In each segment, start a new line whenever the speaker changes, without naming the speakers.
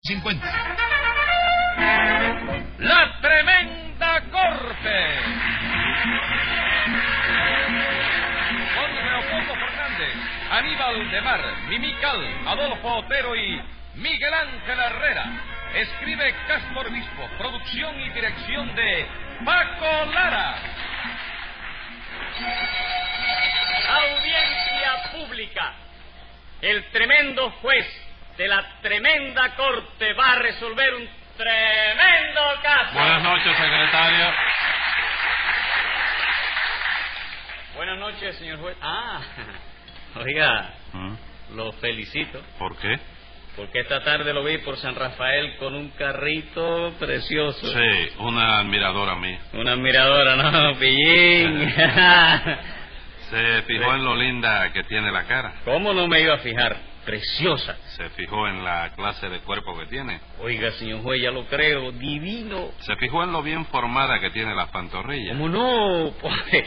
50.
La tremenda corte. Con Leopoldo Fernández, Aníbal de Mar, Mimical, Adolfo Otero y Miguel Ángel Herrera. Escribe Castro Obispo, producción y dirección de Paco Lara.
Audiencia pública. El tremendo juez de la tremenda corte va a resolver un tremendo caso.
Ah.
Buenas noches, secretario.
Buenas noches, señor juez. Ah, oiga,
¿Mm?
lo felicito
¿Por qué?
porque esta tarde lo vi por San Rafael con un carrito precioso.
Sí, una admiradora mía.
Una admiradora, ¿no? Pillín.
Se fijó en lo linda que tiene la cara.
¿Cómo no me iba a fijar? Preciosa.
Se fijó en la clase de cuerpo que tiene.
Oiga, señor juez, ya lo creo. Divino.
Se fijó en lo bien formada que tiene las pantorrillas.
¿Cómo no? Pobre.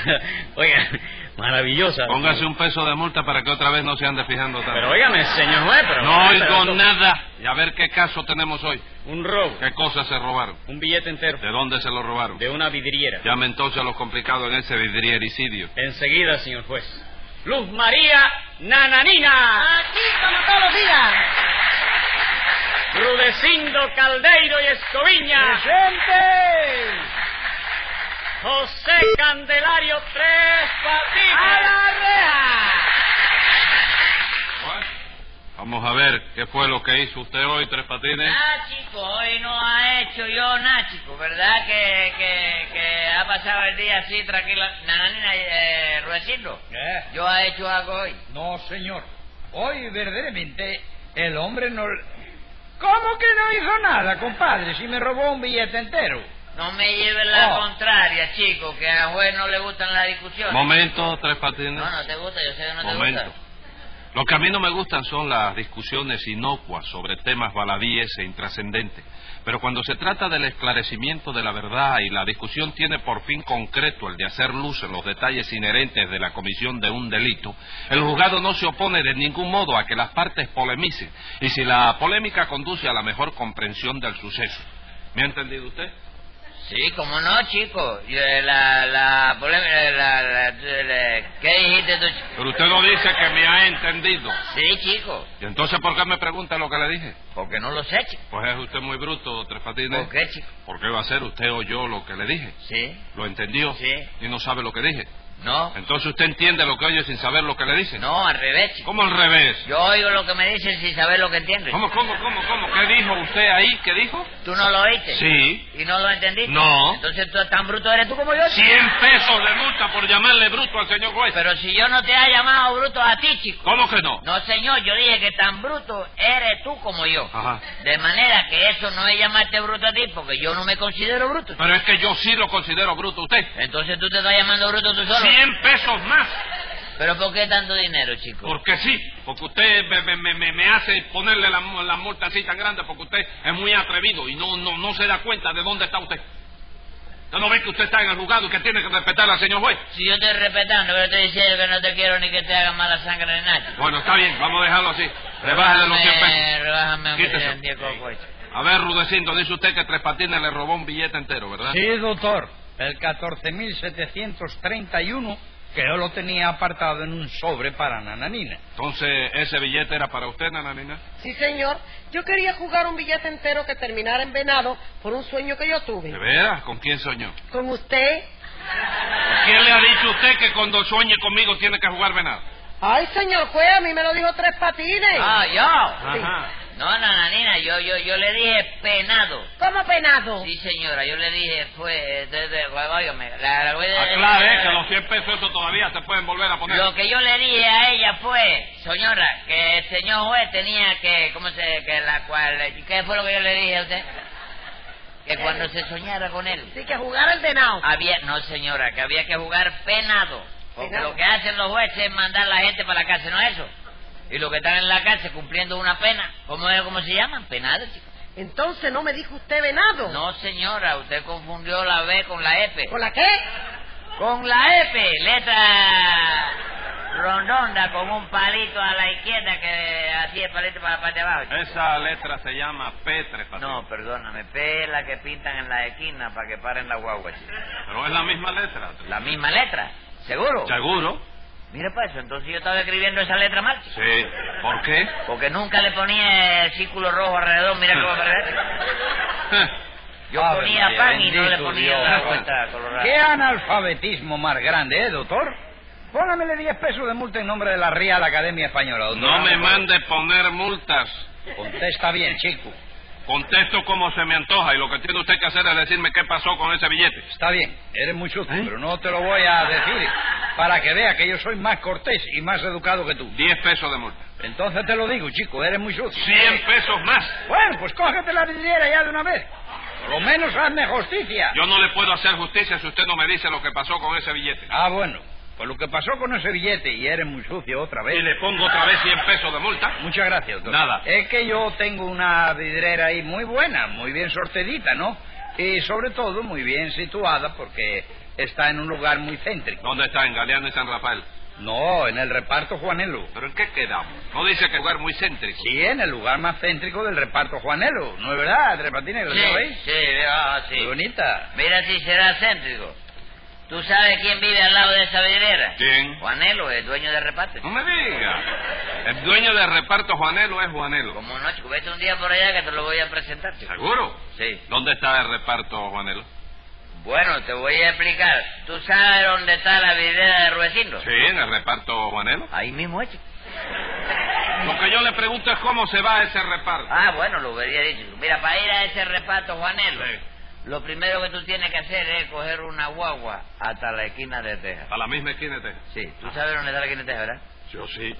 Oiga, maravillosa.
Póngase un peso de multa para que otra vez no se ande fijando tanto.
Pero óigame, señor juez, pero...
no
pero
oigo
esto-
nada. Y a ver qué caso tenemos hoy.
Un robo.
¿Qué cosas se robaron?
Un billete entero.
¿De dónde se lo robaron?
De una vidriera.
Llame entonces a los complicados en ese vidriericidio.
Enseguida, señor juez. Luz María Nananina.
Aquí como todos los días.
Rudecindo Caldeiro y Escoviña.
¡Presente!
José Candelario Tres
¡A
Patines.
la reja!
Vamos a ver qué fue lo que hizo usted hoy, Tres Patines.
Ah, chico, hoy no ha hecho yo nada, chico, ¿verdad? Que, que, que ha pasado el día así tranquila. Nananina, eh, Ruedecindo,
Eh,
yo ha hecho algo hoy.
No, señor. Hoy verdaderamente el hombre no... ¿Cómo que no hizo nada, compadre, si me robó un billete entero?
No me lleves la
Oh.
contraria, chico, que a juez no le gustan las discusiones.
Momento, Tres Patines.
No, no te gusta, yo sé que no te
Momento.
gusta.
Lo que a mí no me gustan son las discusiones inocuas sobre temas baladíes e intrascendentes. Pero cuando se trata del esclarecimiento de la verdad y la discusión tiene por fin concreto el de hacer luz en los detalles inherentes de la comisión de un delito, el juzgado no se opone de ningún modo a que las partes polemicen. Y si la polémica conduce a la mejor comprensión del suceso. ¿Me ha entendido usted?
Sí, cómo no, chico. Yo, eh, la, la, polémica, eh, la, la- la- ¿Qué dijiste tú, chico?
Pero usted no dice que me ha entendido.
Sí, chico,
¿Y entonces por qué me pregunta lo que le dije?
porque no lo sé, chico.
Pues es usted muy bruto, Tres Patines.
¿Por qué, chico?
¿Por qué va a ser usted o yo lo que le dije?
Sí,
¿Lo entendió?
Sí.
Y no sabe lo que dije.
no,
Entonces usted entiende lo que oye sin saber lo que le dicen.
no, al revés, chico.
¿Cómo al revés?
Yo oigo lo que me dicen sin saber lo que entiendo.
¿Cómo, cómo, cómo, cómo? ¿Qué dijo usted ahí? ¿Qué dijo?
¿Tú no lo oíste?
Sí.
¿Y no lo entendiste?
No.
Entonces tú tan bruto eres tú como yo. chico.
Cien pesos de multa por llamarle bruto al señor juez.
Pero si yo no te he llamado bruto a ti, chico.
¿Cómo que no?
No, señor, yo dije que tan bruto eres tú como yo.
Ajá.
De manera que eso no es llamarte bruto a ti, porque yo no me considero bruto.
Pero es que yo sí lo considero bruto a usted.
Entonces tú te estás llamando bruto tú solo.
Cien pesos más.
¿Pero por qué tanto dinero, chico?
Porque sí. Porque usted me, me- me- me- me hace ponerle la, la multa así tan grande porque usted es muy atrevido y no, no, no se da cuenta de dónde está usted. ¿Usted no ve que usted está en el juzgado y que tiene que respetar al señor juez?
Si yo estoy respetando, pero estoy diciendo que no te quiero ni que te haga mala sangre ni nada.
Bueno, está bien, vamos a dejarlo así. Rebájale los 100
Rebájame,
pesos.
rebájame aunque
Quítese.
sean diez cocos.
A ver, Rudecindo, dice usted que Tres Patines le robó un billete entero, ¿verdad?
Sí, doctor. El 14.731 que yo lo tenía apartado en un sobre para Nananina.
Entonces, ¿ese billete era para usted, Nananina?
Sí, señor. Yo quería jugar un billete entero que terminara en venado por un sueño que yo
¿De
tuve.
veras? ¿Con quién soñó?
Con usted.
¿Quién le ha dicho a usted que cuando sueñe conmigo tiene que jugar venado?
Ay, señor juez, a mí me lo dijo tres patines.
Ah, yo.
Ajá.
No, nananina, yo, yo, yo le dije penado.
¿Cómo penado?
Sí, señora, yo le dije, fue, de, de- óigame, la, la voy a-
Aclare que los 100 pesos esos todavía se pueden volver a poner.
Lo que yo le dije a ella fue, señora, que el señor juez tenía que, ¿cómo se, que la cual, qué fue lo que yo le dije a usted? Que cuando se soñara con él,
Sí, que jugara el venado.
había, no señora, que había que jugar penado. Porque
Penado.
lo que hacen los jueces es mandar a la gente para la cárcel, ¿no es eso? Y los que están en la cárcel cumpliendo una pena, ¿cómo, es- cómo se llaman? Penados, chicos.
Entonces no me dijo usted venado.
No, señora, usted confundió la B con la F.
¿Con la qué?
Con la F, E, letra rondonda con un palito a la izquierda que hacía el palito para la parte de abajo. chico.
Esa letra se llama petrefacción.
No, perdóname, P es la que pintan en la esquina para que paren la guagua, chico.
Pero es la misma letra.
La misma letra, ¿seguro?
¿Seguro?
Mira para eso, entonces yo estaba escribiendo esa letra mal, chico.
Sí. ¿Por qué?
Porque nunca le ponía el círculo rojo alrededor, mira cómo Yo
Ave
ponía
María,
pan y no le
bendito
ponía
Dios.
la cuenta colorada.
¿Qué analfabetismo más grande, eh, doctor? Póngamele 10 pesos de multa en nombre de la Real Academia Española, doctor.
No me mande poner multas.
Contesta bien, chico.
Contesto como se me antoja y lo que tiene usted que hacer es decirme qué pasó con ese billete.
Está bien, eres muy sucio,
¿Eh?
pero no te lo voy a decir para que vea que yo soy más cortés y más educado que tú.
Diez pesos de multa.
Entonces te lo digo, chico, eres muy sucio.
Cien pesos más.
Bueno, pues cógete la vidriera ya de una vez. Por lo menos hazme justicia.
Yo no le puedo hacer justicia si usted no me dice lo que pasó con ese billete.
Ah, bueno, pues lo que pasó con ese billete y eres muy sucio otra
Y
vez.
le pongo otra vez cien pesos de multa.
Muchas gracias, doctor.
Nada.
Es que yo tengo una vidrera ahí muy buena, muy bien sortedita, ¿no? Y sobre todo muy bien situada porque está en un lugar muy céntrico.
¿Dónde está? ¿En Galeano y San Rafael?
No, en el reparto Juanelo.
¿Pero en qué quedamos? No dice que lugar muy céntrico.
Sí, en el lugar más céntrico del reparto Juanelo, ¿no es verdad, Tres Patines? ¿Lo
Sí,
sabéis?
sí, veo, ah, sí.
Muy bonita.
Mira si será céntrico. ¿Tú sabes quién vive al lado de esa vidriera?
¿Quién?
Juanelo, el dueño de reparto.
No me diga. El dueño del reparto Juanelo es Juanelo.
Como no, chico, vete un día por allá que te lo voy a presentar, chico.
¿Seguro?
Sí.
¿Dónde está el reparto Juanelo?
Bueno, te voy a explicar. ¿Tú sabes dónde está la vidriera de Ruecindo?
Sí, en el reparto Juanelo.
Ahí mismo es, chico.
Lo que yo le pregunto es cómo se va ese reparto.
Ah, bueno, lo hubiera dicho. chico. Mira, para ir a ese reparto, Juanelo,
Sí.
lo primero que tú tienes que hacer es coger una guagua hasta la esquina de Texas.
A la misma esquina de Texas.
Sí, tú sabes dónde está la esquina de Texas, ¿verdad?
Yo sí.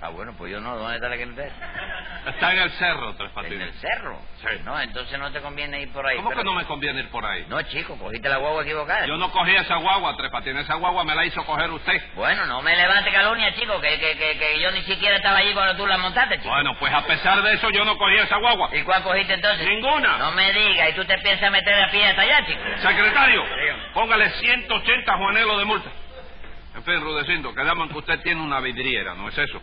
Ah, bueno, pues yo no. ¿Dónde está la esquina de Texas?
Está en el cerro, Tres
En el
Patines.
cerro.
Ah, Sí.
No, entonces no te conviene ir por ahí.
¿Cómo que
pero-
no me conviene ir por ahí?
No, chico, cogiste la guagua equivocada.
Yo no cogí esa guagua, Tres Patines. Esa guagua me la hizo coger usted.
Bueno, no me levante calumnia, chico, que, que, que, que yo ni siquiera estaba allí cuando tú la montaste, chico.
Bueno, pues a pesar de eso, yo no cogí esa guagua.
¿Y cuál cogiste entonces?
Ninguna.
No me digas, ¿y tú te piensas meter la pie hasta allá, chico?
Secretario, póngale 180 Juanelo de multa. En fin, Rudecindo, quedamos en que usted tiene una vidriera, ¿no es eso?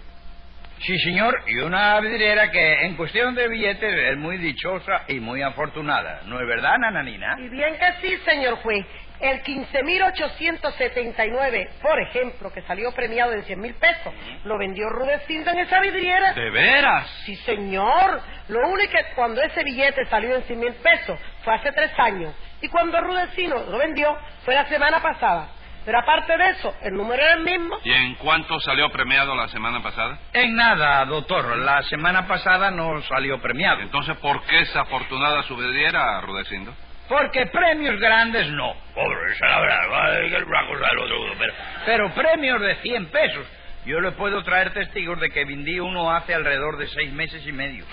Sí, señor, y una vidriera que en cuestión de billetes es muy dichosa y muy afortunada. ¿No es verdad, Nananina?
Y bien que sí, señor juez. El 15.879, por ejemplo, que salió premiado en 100 mil pesos, lo vendió Rudecindo en esa vidriera.
¿De veras?
Sí, señor. Lo único es que cuando ese billete salió en 100 mil pesos fue hace tres años. Y cuando Rudecino lo vendió fue la semana pasada. Pero aparte de eso, el número era el mismo.
¿Y en cuánto salió premiado la semana pasada?
En nada, doctor. La semana pasada no salió premiado.
Entonces, ¿por qué esa afortunada su vidriera, Rudecindo?
Porque premios grandes no. Pobre, esa es la verdad. Ay, que una cosa del otro mundo, Pero, pero premios de 100 pesos. Yo le puedo traer testigos de que vendí uno hace alrededor de seis meses y medio.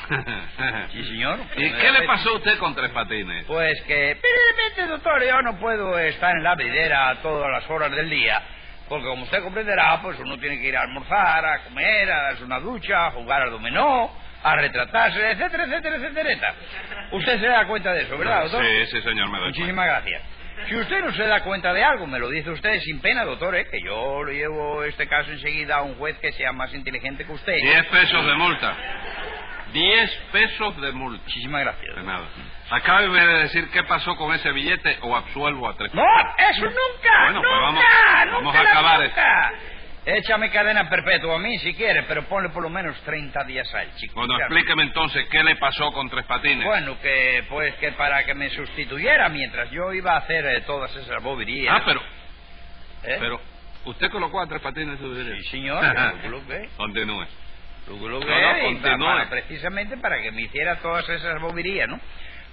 Sí, señor.
¿Y qué le pasó a usted con Tres Patines?
Pues que, pero de repente, doctor, yo no puedo estar en la videra a todas las horas del día. Porque como usted comprenderá, pues uno tiene que ir a almorzar, a comer, a darse una ducha, a jugar al dominó, a retratarse, etcétera, etcétera, etcétera. Usted se da cuenta de eso, ¿verdad, doctor?
Sí, sí, señor, me doy
Muchísimas gracias. Si usted no se da cuenta de algo, me lo dice usted sin pena, doctor, ¿eh? que yo lo llevo este caso enseguida a un juez que sea más inteligente que usted.
cuenta. Diez pesos de multa. Diez pesos de multa.
Muchísimas gracias.
De nada. Acábeme de decir qué pasó con ese billete o absuelvo a Tres
No, eso nunca,
Bueno,
nunca,
pues vamos-
nunca,
vamos a
la
acabar
nunca. Échame cadena perpetua a mí si quieres, pero ponle por lo menos 30 días al chico.
Bueno,
Claro.
explíqueme entonces qué le pasó con Tres Patines.
Bueno, que pues que para que me sustituyera mientras yo iba a hacer eh, todas esas boberías.
ah, pero,
¿eh?
pero, ¿usted colocó a Tres Patines en su vidriera?
Sí, señor, yo lo coloqué.
Continúe.
Lo que
No, no,
era, y pa-
continúe.
para- precisamente para que me hiciera todas esas boberías, ¿no?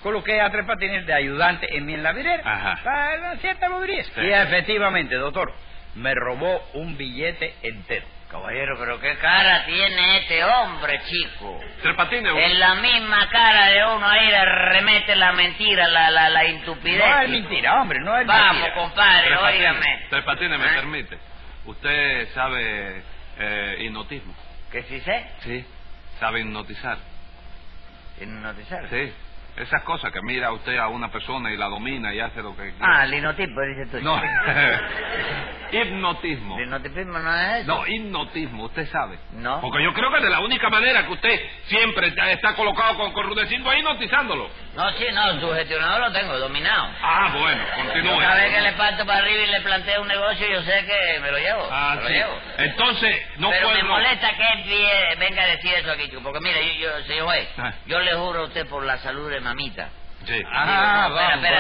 Coloqué a tres patines de ayudante en mi en la vidriera
Ajá.
para ciertas boberías.
Sí.
Y efectivamente, doctor, me robó un billete entero.
Caballero, pero qué cara tiene este hombre, chico.
Tres Patines,
Es la misma cara de uno ahí, le remete la mentira, la, la, la intupidez.
No es
chico.
mentira, hombre, no es
Vamos,
mentira.
compadre,
Tres Patines,
óigame.
Tres Patines, me
¿Eh?
permite. Usted sabe eh, hipnotismo.
¿Qué sí sé?
Sí. Sabe hipnotizar.
Hipnotizar.
Sí. Esas cosas que mira usted a una persona y la domina y hace lo que
Ah, el linotipo, dices tú.
No. Hipnotismo.
El hipnotismo no es eso.
No, hipnotismo, usted sabe.
No.
Porque yo creo que de la única manera que usted siempre está- está colocado con Corrudecindo ahí hipnotizándolo.
No, sí, no, sugestionado lo tengo, dominado.
Ah, bueno, continúe.
Cada vez que le parto para arriba y le planteo un negocio, yo sé que me lo llevo.
Ah,
me lo
sí.
llevo.
Entonces, no
Pero me
puedo...
molesta que él vie- venga a decir eso aquí, chico, porque mire, yo, yo, señor juez,
Ah.
yo le juro a usted por la salud de mamita.
Sí.
Ah,
Digo, no,
vamos,
espérate,
por la de
espérate,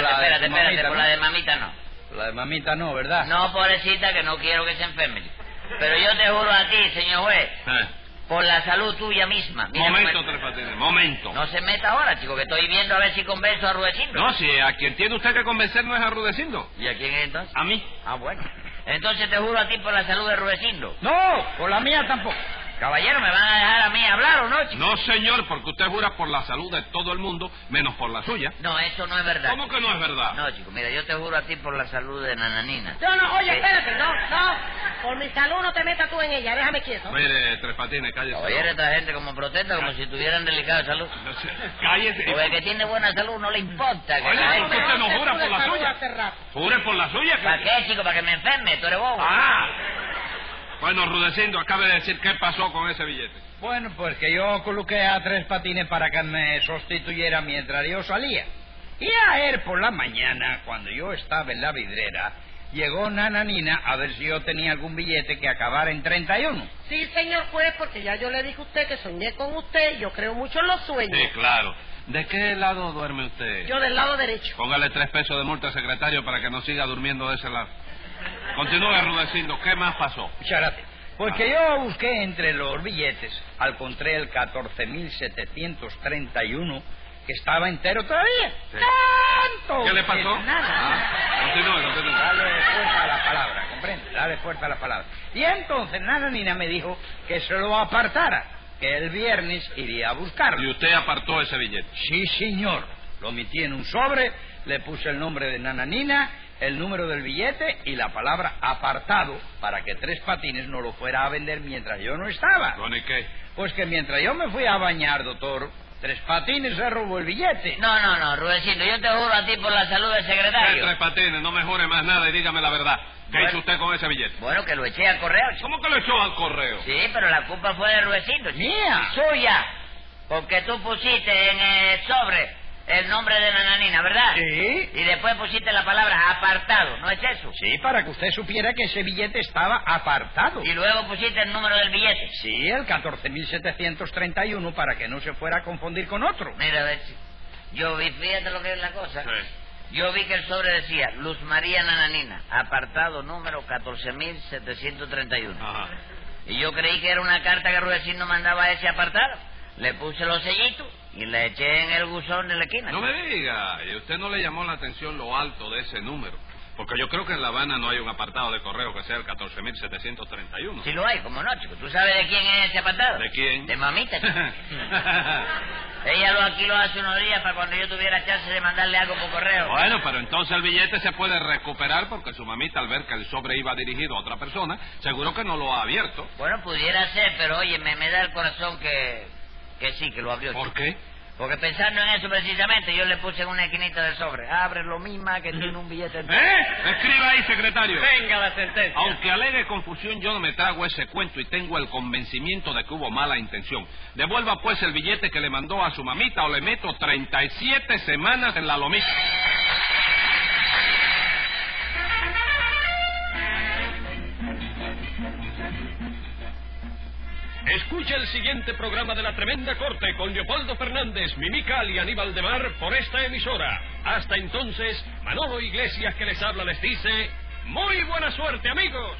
tu
espérate,
mamita,
por
¿no?
la de mamita no.
La de mamita no, ¿verdad?
No, pobrecita, que no quiero que se enferme. chico. Pero yo te juro a ti, señor juez,
Eh,
por la salud tuya misma. Mira cómo
Momento,
es-
Tres Patines, momento.
No se meta ahora, chico, que estoy viendo a ver si convenzo a Rudecindo.
No, si a quien tiene usted que convencer no es a Rudecindo.
¿Y a quién es entonces?
A mí.
Ah, bueno. Entonces te juro a ti por la salud de Rudecindo.
No, por la mía tampoco.
Caballero, ¿me van a dejar a mí hablar o no, chico?
No, señor, porque usted jura por la salud de todo el mundo, menos por la suya.
No, eso no es verdad.
¿Cómo que no es verdad?
No, chico, mira, yo te juro a ti por la salud de Nananina.
No, no, oye,
Sí.
espérate, no, no. Por mi salud no te metas tú en ella, déjame quieto.
Mire, Tres Patines, cállese.
Caballero, esta gente como protesta, como si tuvieran delicada salud.
No sé, cállese.
Porque el que tiene buena salud no le importa. que
Oye,
la
¿por qué
gente-
usted no jura por la
Salud
suya?
hace rato.
Jure por la suya. que-
¿Para qué, chico? ¿Para que me enferme? ¿Tú eres bobo?
Ah. Bueno, Rudecindo, acabe de decir qué pasó con ese billete.
Bueno, pues que yo coloqué a tres patines para que me sustituyera mientras yo salía. Y ayer por la mañana, cuando yo estaba en la vidrera, llegó Nananina a ver si yo tenía algún billete que acabara en 31.
Sí, señor juez, porque ya yo le dije a usted que soñé con usted y yo creo mucho en los sueños.
Sí, claro. ¿De qué lado duerme usted?
Yo del lado derecho.
Póngale tres pesos de multa, secretario, para que no siga durmiendo de ese lado. Continúe, Rudecindo, ¿qué más pasó?
Muchas gracias. Porque yo busqué entre los billetes, al encontré el 14.731, que estaba entero todavía.
Sí.
¡Tanto!
¿Qué le pasó?
que Nada.
Ah, continúe, continúe.
Dale fuerza a la palabra, comprende, dale fuerza a la palabra. Y entonces Nananina me dijo que se lo apartara, que el viernes iría a
Y
buscarlo.
usted apartó ese billete.
Sí, señor. Lo metí en un sobre, le puse el nombre de Nananina, el número del billete y la palabra apartado para que Tres Patines no lo fuera a vender mientras yo no estaba.
Bueno, ¿y qué?
Pues que mientras yo me fui a bañar, doctor, Tres Patines se robó el billete.
No, no, no, Rudecindo, yo te juro a ti por la salud del
Eh, Tres
secretario.
patines, no me jure más nada y dígame la verdad. ¿Qué
Bueno.
hizo usted con ese billete?
Bueno, que lo eché al correo, chico.
¿Cómo que lo echó al correo?
Sí, pero la culpa fue de Rudecindo, chico.
¡Mía!
Suya. Porque tú pusiste en el sobre el nombre de Nananina, ¿verdad?
Sí.
Y después pusiste la palabra apartado, ¿no es eso?
Sí, para que usted supiera que ese billete estaba apartado.
Y luego pusiste el número del billete.
Sí, el 14.731 para que no se fuera a confundir con otro.
Mira, a ver, chico, yo vi, fíjate lo que es la cosa.
Sí.
Yo vi que el sobre decía Luz María Nananina, apartado número 14.731.
Ajá.
Y yo creí que era una carta que Rudecindo mandaba a ese apartado. Le puse los sellitos y le eché en el buzón de la esquina.
No me diga, ¿y usted no le llamó la atención lo alto de ese número? Porque yo creo que en La Habana no hay un apartado de correo que sea el 14.731.
Si lo hay, como no, chico. ¿Tú sabes de quién es ese apartado?
¿De quién?
De mamita, chico. Ella lo alquiló hace unos días para cuando yo tuviera chance de mandarle algo por correo.
Bueno, pero entonces el billete se puede recuperar porque su mamita, al ver que el sobre iba dirigido a otra persona, seguro que no lo ha abierto.
Bueno, pudiera ser, pero oye, me, me da el corazón que, que sí, que lo abrió.
¿Por
chico.
qué?
Porque pensando en eso precisamente, yo le puse en una esquinita del sobre. Abre lo misma que tiene un billete. entero.
¿Eh? Escriba ahí, secretario.
Venga la sentencia.
Aunque alegue confusión, yo no me trago ese cuento y tengo el convencimiento de que hubo mala intención. Devuelva pues el billete que le mandó a su mamita o le meto 37 semanas en la lomita.
Escucha el siguiente programa de La Tremenda Corte con Leopoldo Fernández, Mimical y Aníbal de Mar por esta emisora. Hasta entonces, Manolo Iglesias que les habla les dice, muy buena suerte amigos.